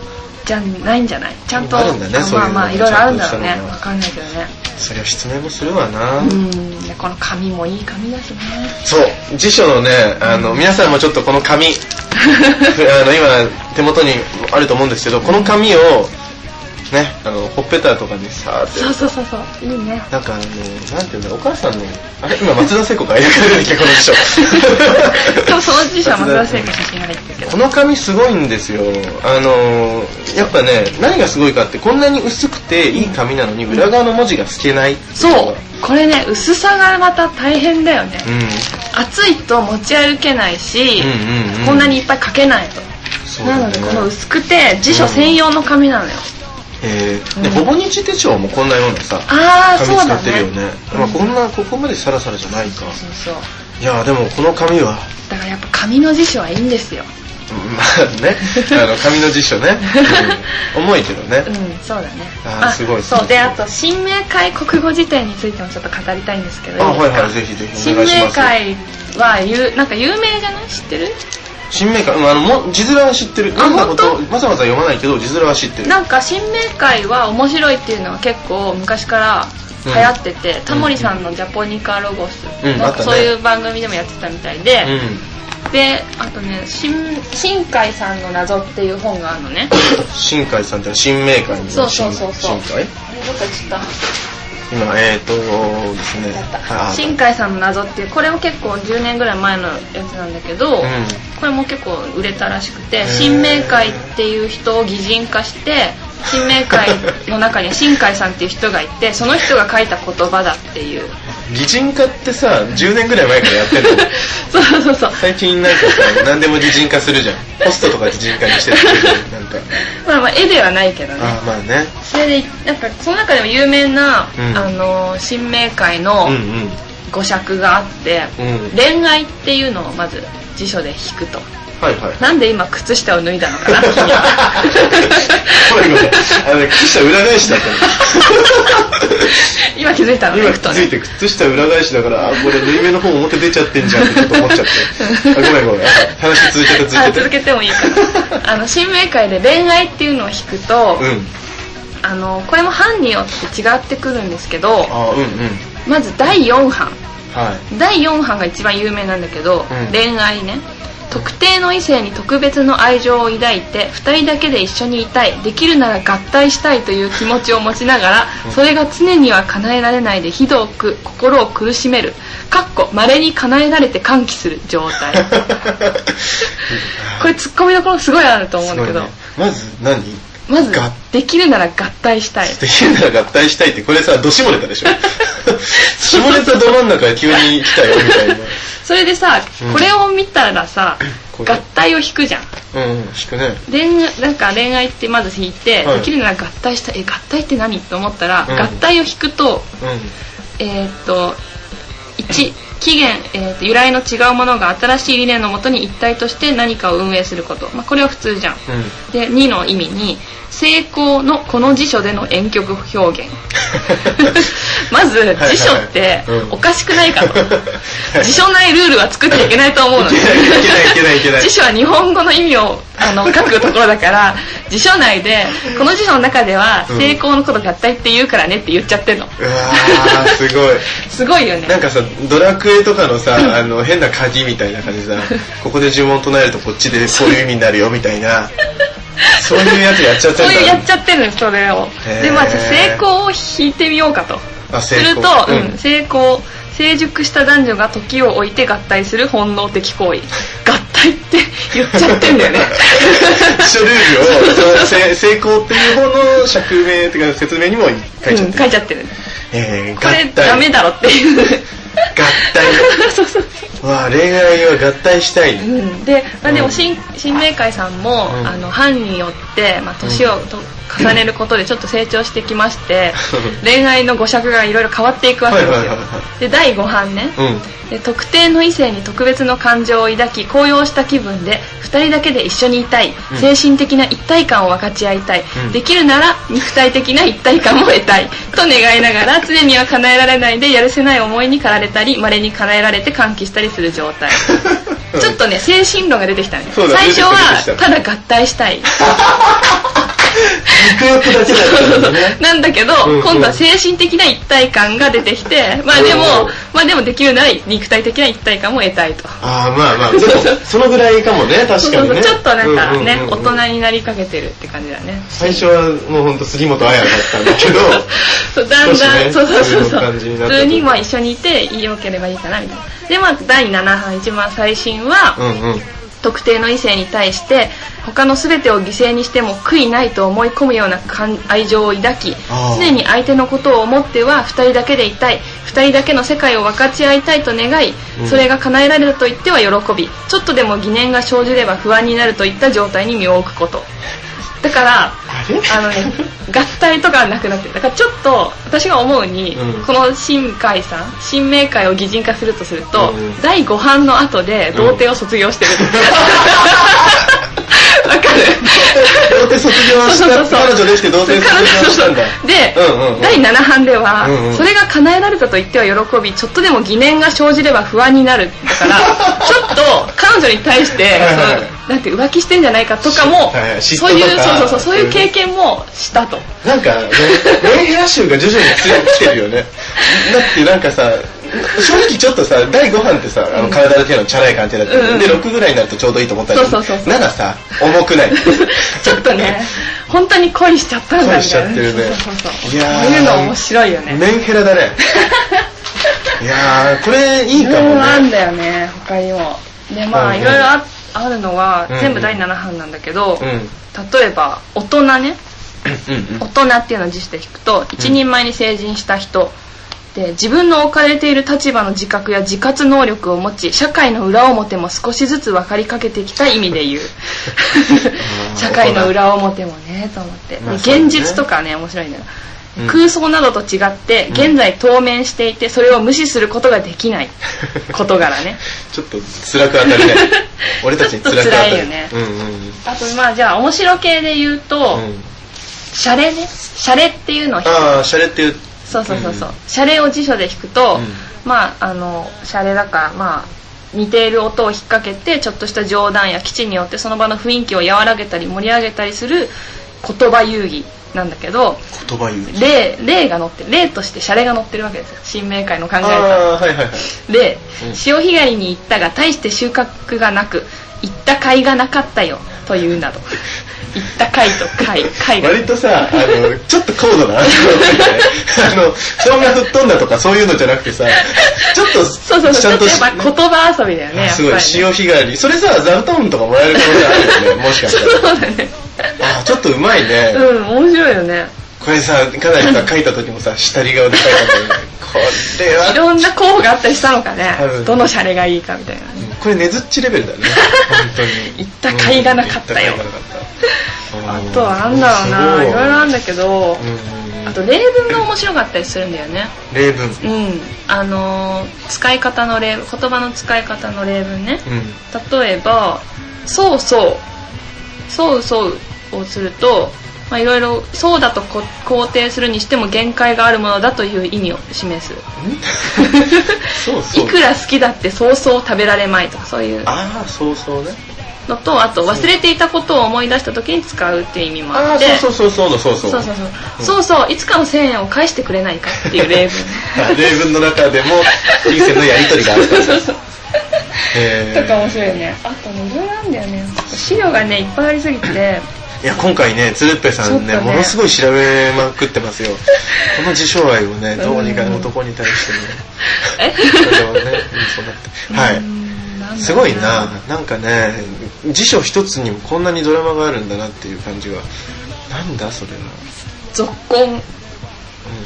じゃないんじゃないちゃんとあるんだねそういうまあのまあいろいろあるんだろうちねゃんとしたのがわかんないけどねそれは失明もするわな、うんでこの紙もいい紙だ *laughs* しねそう辞書のねあの皆さんもちょっとこの紙あの今手元にあると思うんですけどこの紙をねあのほっぺたとかにさーってそうそうそうそういいねなんかあのなんていうんだお母さんのあれ今松田聖子がいなくなってきたこの辞書でも *laughs* その辞書は松田聖子の写真が入ってるけどこの紙すごいんですよあのやっぱね何がすごいかってこんなに薄くていい紙なのに裏側の文字が透けないっていのがそうこれね薄さがまた大変だよねうん暑いと持ち歩けないし、うんうんうんこんなにいっぱい書けないとそうだなねのでこの薄くて辞書専用の紙なのよ、えーでうんほぼ日手帳もこんなようなさああ紙そう使だってるよねねまあ、こんなここまでサラサラじゃないかそうそういやーでもこの紙は *laughs* だからやっぱ紙の辞書はいいんですようんまあねあ *laughs* の紙の辞書ね、うん重いけどね、うんそうだねあーすごいですねそうであと新明会国語辞典についてもちょっと語りたいんですけどあはいいではすかいぜひぜひ新お願いし明ます会は有なんか有名じゃない知ってる新明会うんあのも字面は知ってるあ読んだこ本とわざわざ読まないけど字面は知ってるなんか新明会は面白いっていうのは結構昔から流行ってて、タモリさんのジャポニカロゴス、うんなんあったかねそういう番組でもやってたみたいで、うんであとね新新海さんの謎っていう本があるのね新海さんってのは新明会のそうそうそうそう新海あれどっか行っちゃった今えっ、ー、とですねあ新海さんの謎っていうこれも結構10年ぐらい前のやつなんだけど、んこれも結構売れたらしくてー新明会っていう人を擬人化して新明会の中には新海さんっていう人がいてその人が書いた言葉だっていう擬人化ってさ10年ぐらい前からやってるの *laughs* *laughs* そうそうそう最近なんかさ何でも擬人化するじゃんホストとか擬人化にしてるけどなんかまあまあ絵ではないけどねああまあねそれでなんかその中でも有名な、うんあの新明会のうんうん語釈があって、うん恋愛っていうのをまず辞書で引くとはいはいなんで今靴下を脱いだの *laughs* かな君はごめんごめんあのね靴下裏返しだった今気づいたのの今行気くとづいねて靴下裏返しだからあこれ縫い目の方表出ちゃってんじゃんってちょっと思っちゃってあごめんごめんあ話続けて続あけて続けてもいいかな *laughs* あの新明会で恋愛っていうのを引くと、うんあのこれも班によって違ってくるんですけどあうんうんまず第4班 *laughs* はい第4版が一番有名なんだけど、うん恋愛ね特定の異性に特別の愛情を抱いて2人だけで一緒にいたいできるなら合体したいという気持ちを持ちながらそれが常には叶えられないでひどく心を苦しめるかっこ稀に叶えられて歓喜する状態 *laughs* これツッコミどころすごいあると思うんだけど、すごいねまず何まず合できるなら合体したいできるなら合体したいってこれさど下ネタ *laughs* でしょ下ネタど真ん中急に来たよみたいなそれでさ、うんこれを見たらさこ合れ体を引くじゃんうんうん引くね恋愛なんか恋愛ってまず引いて、はいできるなら合体したいえ合体って何と思ったら、うん合体を引くとうえーっと1起源、えーっと由来の違うものが新しい理念のもとに一体として何かを運営すること、まあ、これは普通じゃんんうんで2の意味に成功のこの辞書での婉曲表現 *laughs* まずはい辞書ってうんおかしくないかと、はい *laughs* 辞書ないルールは作っちゃいけないと思うのいけないいけないいけないいけない辞書は日本語の意味をあの書くところだから辞書内でこの辞書の中ではうん成功のこと合体って言うからねって言っちゃってんの *laughs* うわーすごいすごいよなんねかさ、ドラクエとかの *laughs* さ、あの、変な鍵みたいな感じでさ、ここで呪文唱えるとこっちでこういう意味になるよみたいな、そういうやつやっちゃってるそうんだいうやっちゃってるのそれをへーでまあじゃあ成功を引いてみようかとあす成功ると、うんうん成功成熟した男女が時を置いて合体する本能的 *laughs* 行為合体って言っちゃってんだよね一緒ルールを、そのせ成功っていう方の釈明っていうか説明にも書いちゃっ *laughs* うんて書いる。ちゃってるえー、合これ体。ダメ合だろっていう体。そうそうわあ恋愛は合体したい。うん。うんで、まあ、でうもん新新明会さんも、うんあの班によって、まあ、年をと重ねることでちょっと成長してきま *laughs* して、恋愛の語尺がいろいろ変わっていくわけですよ、はいはいはいはで第5版ね、で特定の異性に特別の感情を抱き高揚した気分で2人だけで一緒にいたい、うん精神的な一体感を分かち合いたい、うんできるなら肉体的な一体感も得たいと願いながら常には叶えられないでやるせない思いに駆られたり稀に叶えられて歓喜したりする状態 *laughs* ちょっとね精神論が出てきたねそうだ最初出てはきたただ合体した *laughs* い *laughs* 肉欲だけだったんだ *laughs* ね。なんだけど、うんうん今度は精神的な一体感が出てきてまあでおもーまあでもできるなら肉体的な一体感も得たいとああ、まあまあ、でもそのぐらいかもね、確そうかそうにそうね。ちょっとなんかね、うんうんうんうん大人になりかけてるって感じだね最初はもうほんと杉本彩だったんだ *laughs* けど、そうだんだん、少そうしねそうそうそういうそう感じになっ普てくる通にまあ一緒にいて良ければいいかなみたいなでまあ第7版一番最新は、うんうん。特定の異性に対して他の全てを犠牲にしても悔いないと思い込むような感愛情を抱きあー常に相手のことを思っては2人だけでいたい2人だけの世界を分かち合いたいと願いうんそれが叶えられると言っては喜びちょっとでも疑念が生じれば不安になるといった状態に身を置くことだからあれあのね合体とかはなくなってるだからちょっと私が思うに、うんこの新海さん新明会を擬人化するとすると、うん第5版の後で童貞を卒 *laughs* 業してる、わかる童貞卒業した彼女できて童貞卒業したんだで、うんうんうん第7版では、うんうんそれが叶えられたと言っては喜びちょっとでも疑念が生じれば不安になるだからちょっと彼女に対してはいはいはいそのなんて浮気してんじゃないかとかも、はいはい嫉妬とかそういうそうそうそうそういう経験もした *laughs* と。なんかね、ロイヘア臭が徐々に強く来てるよね。だってなんかさ、正直ちょっとさ第5版ってさあの体だけのチャラい感じだった、うんうんで6ぐらいになるとちょうどいいと思ったそうそうそうそう7さ重くない *laughs* ちょっとね本当に恋しちゃったんだ恋みしちたゃいってなるねそうそうそういやーそういうの面白いよねメンヘラ *laughs* だねいやーこれいいかもうんあんねだよね他にもでまうんあうんいろいろああるのはうんうん全部第7版なんだけどうん例えば大人ねうん大人っていうのを辞して引くと一人前に成人した人で自分の置かれている立場の自覚や自活能力を持ち社会の裏表も少しずつ分かりかけてきた意味 *laughs* で言ううん社会の裏表もねと思って、まあでそうだね現実とかね面白いんだよ、うん空想などと違って現在当面していてそれを無視することができない事柄 *laughs* ねちょっと辛く当たる *laughs* ね俺たちに辛く当たるちょっと辛いよねうんうんあとまあじゃあ面白系で言うと、うん、うん、シャレねシャレっていうのを引くああシャレっていうそうそうそうそう、うんシャレを辞書で弾くと、うんまああのシャレだからまあ似ている音を引っ掛けてちょっとした冗談や基地によってその場の雰囲気を和らげたり盛り上げたりする言葉遊戯なんだけど言葉言う例例が載って例としてシャレが載ってるわけですよ新明解の考え方ああーはいはいはい例うん潮干狩りに行ったが大して収穫がなく行った甲斐がなかったよとい *laughs* うなど行った甲斐と甲斐甲斐が割とさ、あの、ちょっと高 *laughs* 度だなって思ってね。あの、そんな吹っ飛んだとかそういうのじゃなくてさ、ちょっと、そうそうちそゃうちょんっととやっぱ言葉遊びだよねやっぱすりごねい、潮干狩り。それさ、座布団とかもらえる可能性あるよ *laughs* ね、もしかしたら。そうだね。あーちょっとうまいね。うん、面白いよね。これさ、かなりさ、書いた時もさ、下り顔で書いたんだよね。これ *laughs* いは、ろんな候補があったりしたのかね多分。どのシャレがいいかみたいなね。これねずっちレベルだね。本当に。行った甲斐がなかったようん行った甲斐がなかあったとはなんだろうな、いろいろあるんだけけど、どあと例文が面白かったりするんだよね。例文。うん。あのー、使い方の例文、言葉の使い方の例文ね。 *laughs* うん。例えば、そうそう、そうそうをすると、まあいろいろ、そうだとこ肯定するにしても限界があるものだという意味を示 *laughs* す。そうそう。いくら好きだってそうそう食べられまいとかそういうああ、そうそうね。のとあと忘れていたことを思い出した時に使うっていう意味もあああ、ってそうそうそうそうそうそうそう。そうそうそうそういつかの1000円を返してくれないかっていう *laughs* 例文例文の中 *laughs* でも、人生のやりとりがあったんだ。えー白いよねあとねいろいろあるんだよね資料がねいっぱいありすぎていや、今回ね、つるっぺさんちね、ょっとねものすごい調べまくって *laughs* ますよ。この自称愛をね、どうにかうん男に対してね。 *laughs* えそれをね、うんそうなって。はうい。んなんだろうすごいな、なんかね、辞書一つにもこんなにドラマがあるんだなっていう感じが。なんだそれは。続婚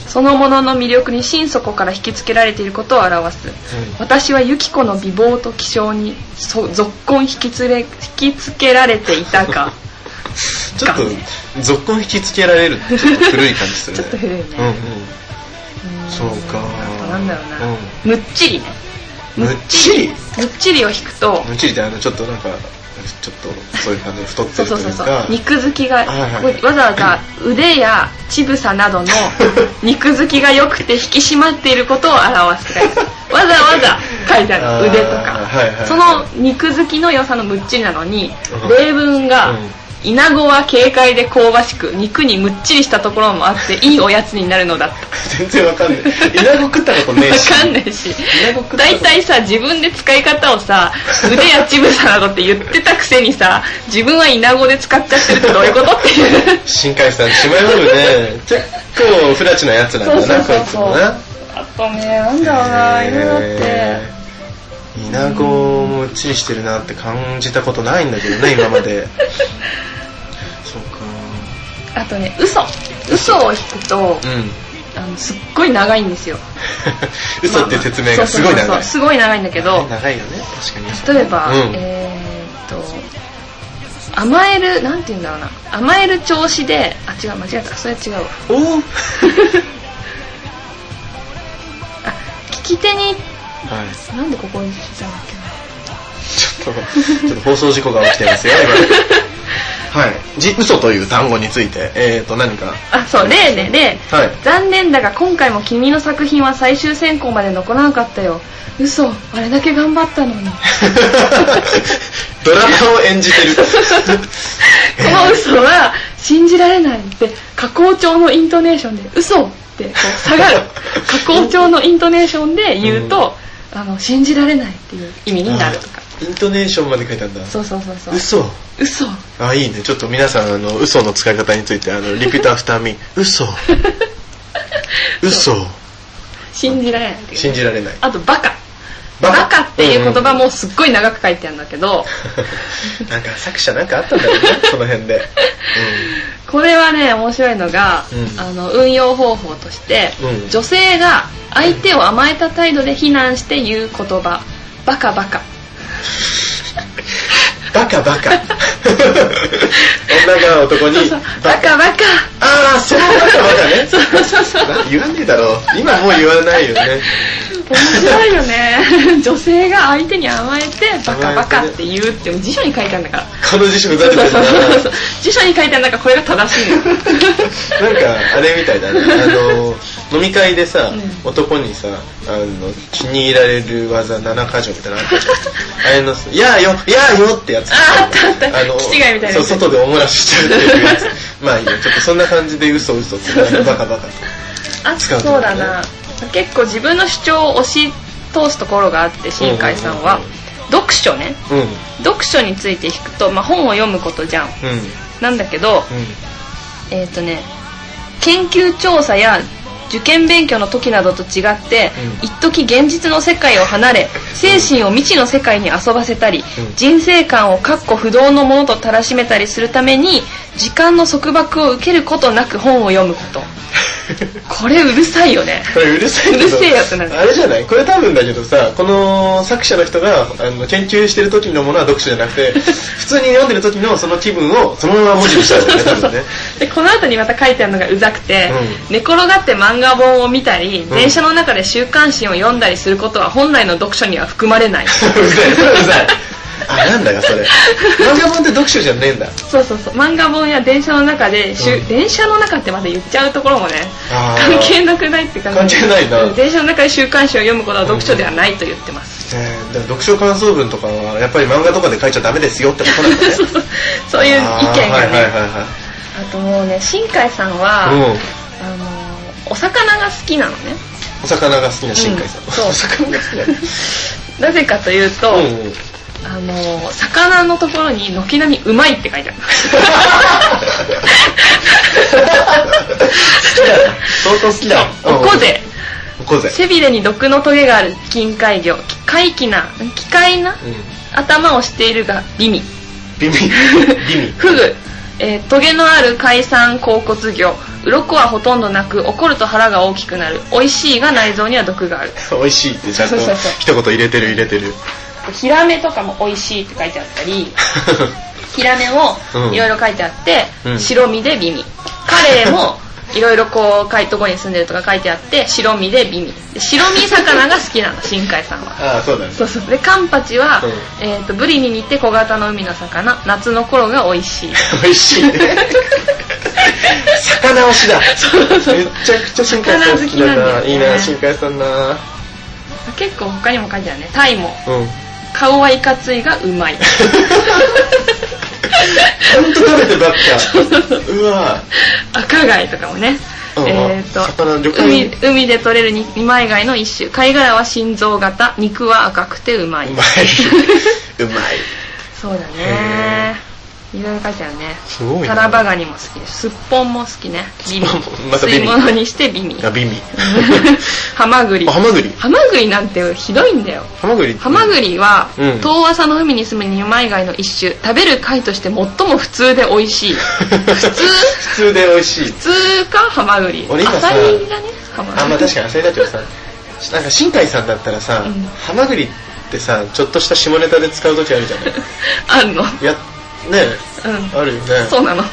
そのものの魅力に心底から引きつけられていることを表すうん私はユキコの美貌と気性にそ続婚引きつれ引きつけられていた *laughs* かちょっと、続婚引きつけられるってちょっと古い感じする *laughs* ちょね。っと古いね、うんうん。そうかあとなんだろうな、うんむっちりねむっちりむっちりを引くとむっちりってあのちょっとなんかちょっとそういう感じで太ってそうるとそういうそかうそう肉付きが、はいはいわざわざ腕や乳房 *laughs* などの肉付きが良くて引き締まっていることを表すって書いてあ *laughs* るわざわざ書いてああーる腕とか、はいはいその肉付きの良さのむっちりなのに、うん例文が、うん稲子は軽快で香ばしく肉にむっちりしたところもあっていいおやつになるのだった全然わかんない稲子食ったことねえわしかんないし稲子食ったこと大体さ自分で使い方をさ腕や乳房などって言ってたくせにさ自分はイナゴで使っちゃってるってどういうことっていう新海さんしまいまるね結構フラチなやつなんだなそうそうそうそうこいつもなあとねなんだろうないろいろあってえー稲子もうっちりしてるなって感じたことないんだけどね今ま *laughs* でそうかあとね嘘嘘を引くとうんあのすっごい長いんですよ嘘っていう説明がすごいそうそうそう長そういすごい長いんだけど長いよね確かに嘘例えば、うんえーっと甘えるなんて言うんだろうな甘える調子であ違う間違えたそれは違うわおーあ聞き手にはいなんでここに来たんだっけなちょっと、ちょっと放送事故が起きてますよ、今。はい。じ、嘘という単語について、えーと、何か。 *laughs* あ、そう、例ね、例。はい。残念だが今回も君の作品は最終選考まで残らなかったよ。嘘、あれだけ頑張った *laughs* のに。こドラマを演じてる。の嘘は、信じられないって下校調のイントネーションで嘘ってこう下 *laughs* がる下校調のイントネーションで言うと、あの信じられないっていう *laughs* 意味になるとかイントネーションまで書いてあるんだそうそうそうそう嘘嘘 *laughs* あいいねちょっと皆さんあの嘘の使い方についてあのリピートアフターミー *laughs* 嘘嘘信じられないっていう信じられ *laughs* ないあとバカババカカっていう言葉もすっごい長く書いてあるんだけど、なんか作者なんかあったんだろうねその辺 *laughs* でこれはね面白いのが、うんあの運用方法として、うん女性が相手を甘えた態度で非難して言う言葉バカバカうんバカバカ女が男そうにそうババカカバカああそうバカバカねそうそうそうだって言わねえだろう今もう言わないよね面白いよね女性が相手に甘えてバカバカって言うって辞書に書いてあるんだからこの辞書ふざそうけてそうるなそうそう辞書に書いてあるんだからこれが正しいのなんかあれみたいだねあの飲み会でさ、うん男にさあの気に入られる技7か条みたいなのあったじゃんあれの「やあよやあよ」ってやつああったあったあの気違いみたいなやつそう外でおもらししちゃうっていうやつまあいいよちょっとそんな感じで嘘嘘ってバカバカってあ使うとそこうだだねな結構自分の主張を押し通すところがあって新海さんは、うんうんうん読書ねうん読書について引くと、まあ、本を読むことじゃうんんなんだけどうんえっ、とね研究調査や受験勉強の時などと違って、うん一時現実の世界を離れ精神を未知の世界に遊ばせたり、うん人生観を確固不動のものとたらしめたりするために時間の束縛を受けることなく本を読むことこれうるさいよねこれうるさいけどうるせえやつなんだあれじゃないこれ多分だけどさこの作者の人があの研究してる時のものは読書じゃなくて *laughs* 普通に読んでる時のその気分をそのまま文字にしたんだよね多分ね *laughs* でこの後にまた書いてあるのがうざくて、う寝転がって漫画本を見たり、ん電車の中で週刊誌を読んだりすることは本来の読書には含まれな *laughs* いうざいそれはうざい *laughs* あなんだよそれ漫画本って読書じゃねえんだそうそうそう漫画本や電車の中で、しゅうん電車の中ってまで言っちゃうところもねあー関係なくないって感じ関係ないなうん電車の中で週刊誌を読むことは読書ではないと言ってます、えーでも読書感想文とかはやっぱり漫画とかで書いちゃダメですよってことなんだね *laughs* そうそうそういう意見があねあ,、ーはいはいはいはいともうね新海さんは、うんあのーお魚が好きなのねお魚が好きな新海さん、うんそうお魚が好きな *laughs* なぜかというと、うんうんあのー魚のところに軒並みうまいって書いてある *laughs* 相当好 *laughs* きだおこぜおこぜ背びれに毒のトゲがある近海魚奇怪奇な奇怪なうん頭をしているが美味 *laughs* ビミビミフグ、えートゲのある海産甲骨魚鱗はほとんどなく怒ると腹が大きくなる美味しいが内臓には毒がある美味しいってちゃんとそうそうそう一言入れてる入れて *laughs* るヒラメとかも美味しいって書いてあったりヒラメもいろいろ書いてあって、うん白身で美味カレ *laughs* ーもいろいろこうかいとこに住んでるとか書いてあって白身で美味で白身魚が好きなの新海さんはああそうだねそうそうでカンパチは、うえー、とブリに似て小型の海の魚夏の頃が *laughs* 美味しい *laughs* 美味 *laughs* しい魚推しだそうそうめちゃくちゃ新海さん好きだな魚好きなんだよねいいな新海さんな結構他にも書いてあるねタイも *laughs* うん顔はいかついがう *laughs* まいちゃんと食べてばっかうわ赤貝とかもね、うんうんえっ、魚と魚介海海で取れるに二枚貝の一種貝殻は心臓型肉は赤くてうまいうまいうまい *laughs* そうだねいろいろ書いてあるねすごいタなラバガニも好きですすっぽんも好きね美味すっぽんまた美吸味い物にして美味あビミ *laughs* ハマグリあハマグリハマグリなんてひどいんだよハマグリハマグリは、うん遠浅の海に住む二枚貝の一種食べる貝として最も普通で美味 *laughs* しい普通普通で美味しい普通かハマグリ俺今アさサリだねハマグリあんまあ確かにあれだけどさなんか新海さんだったらさ、うんハマグリってさちょっとした下ネタで使う時あるじゃない *laughs* あるのいやねうあるよねんそうなの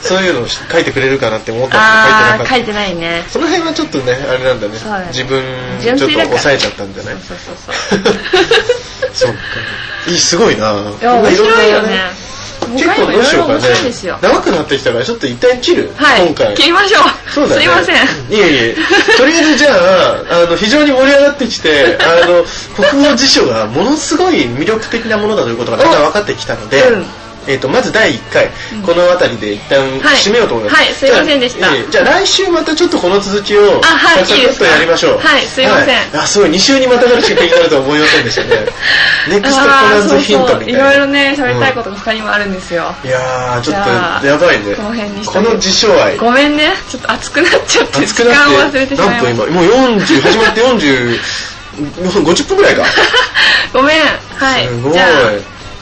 そういうのを書いてくれるかなって思ったあんだけどあ書書いてなかっいてないねたその辺はちょっとねあれなんだねそうだね自分純ちょっ粋とだから抑えちゃったんじゃないそうそう *laughs* そうそそううかいいすごいないや面白いよね結構どうしようか他にもいろいろ面白いですねよ長くなってきたからちょっと一旦切る、はい今回切りましょうそうだね。すいませんいえいえ。とりあえずじゃあ、あの、非常に盛り上がってき *laughs* て、あの、国語辞書がものすごい魅力的なものだということがだんだん分かってきたので、うんえっとまず第1回、この辺りで一旦はい締めようと思います、はいすいませんでしたじゃあ,いえいえ、じゃあ来週またちょっとこの続きをあはいサクサクいいっですとかやりましょうはいすいませんはあすごい2週にまたがる出費になると思いませんで *laughs* したねネクストコあナーンそズうヒントそみうたいいなろいろね喋りたいことが他にもあるんですよ、いやーちょっじゃあとやばいねこの辺にしこといての事象愛ごめんねちょっと熱くなっちゃって熱時くなっ間を忘れててしまいなまんしとた今もう40始まって40 50分ぐらいか、 *laughs* ごめんはいすごいじゃ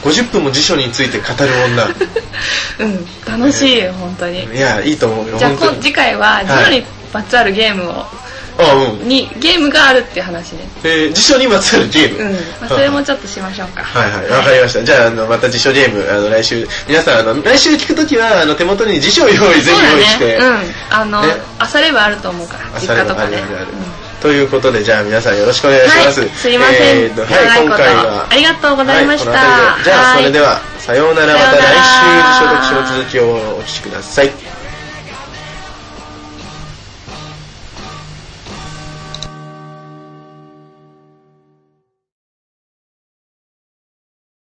50分も辞書について語るあうん楽しいよ本当に *laughs* 女いやいいと思うよじゃあ本当こに次回ははいジロにまつわるゲームをあうんにゲームがあるっていう話ねえー辞書にまつわるゲーム、うん、まあ、それもちょっとしましょうかはいはい、わかりました。じゃあ、あの、また辞書ゲーム、あの、来週、皆さん、あの、来週聞くときは、あの、手元に辞書を用意、そぜうひ用意だして、ねうんあのねあさればあると思うからあ実され家ばとかねあるあるあるうんということで、じゃあ皆さんよろしくお願いします。はいすいませんえーとは長いい、こと今回は。ありがとうございましたはこの辺りでじゃあ、はいそれでは、さようなら、またさようなら来週、辞書特集の続きをお聞きください。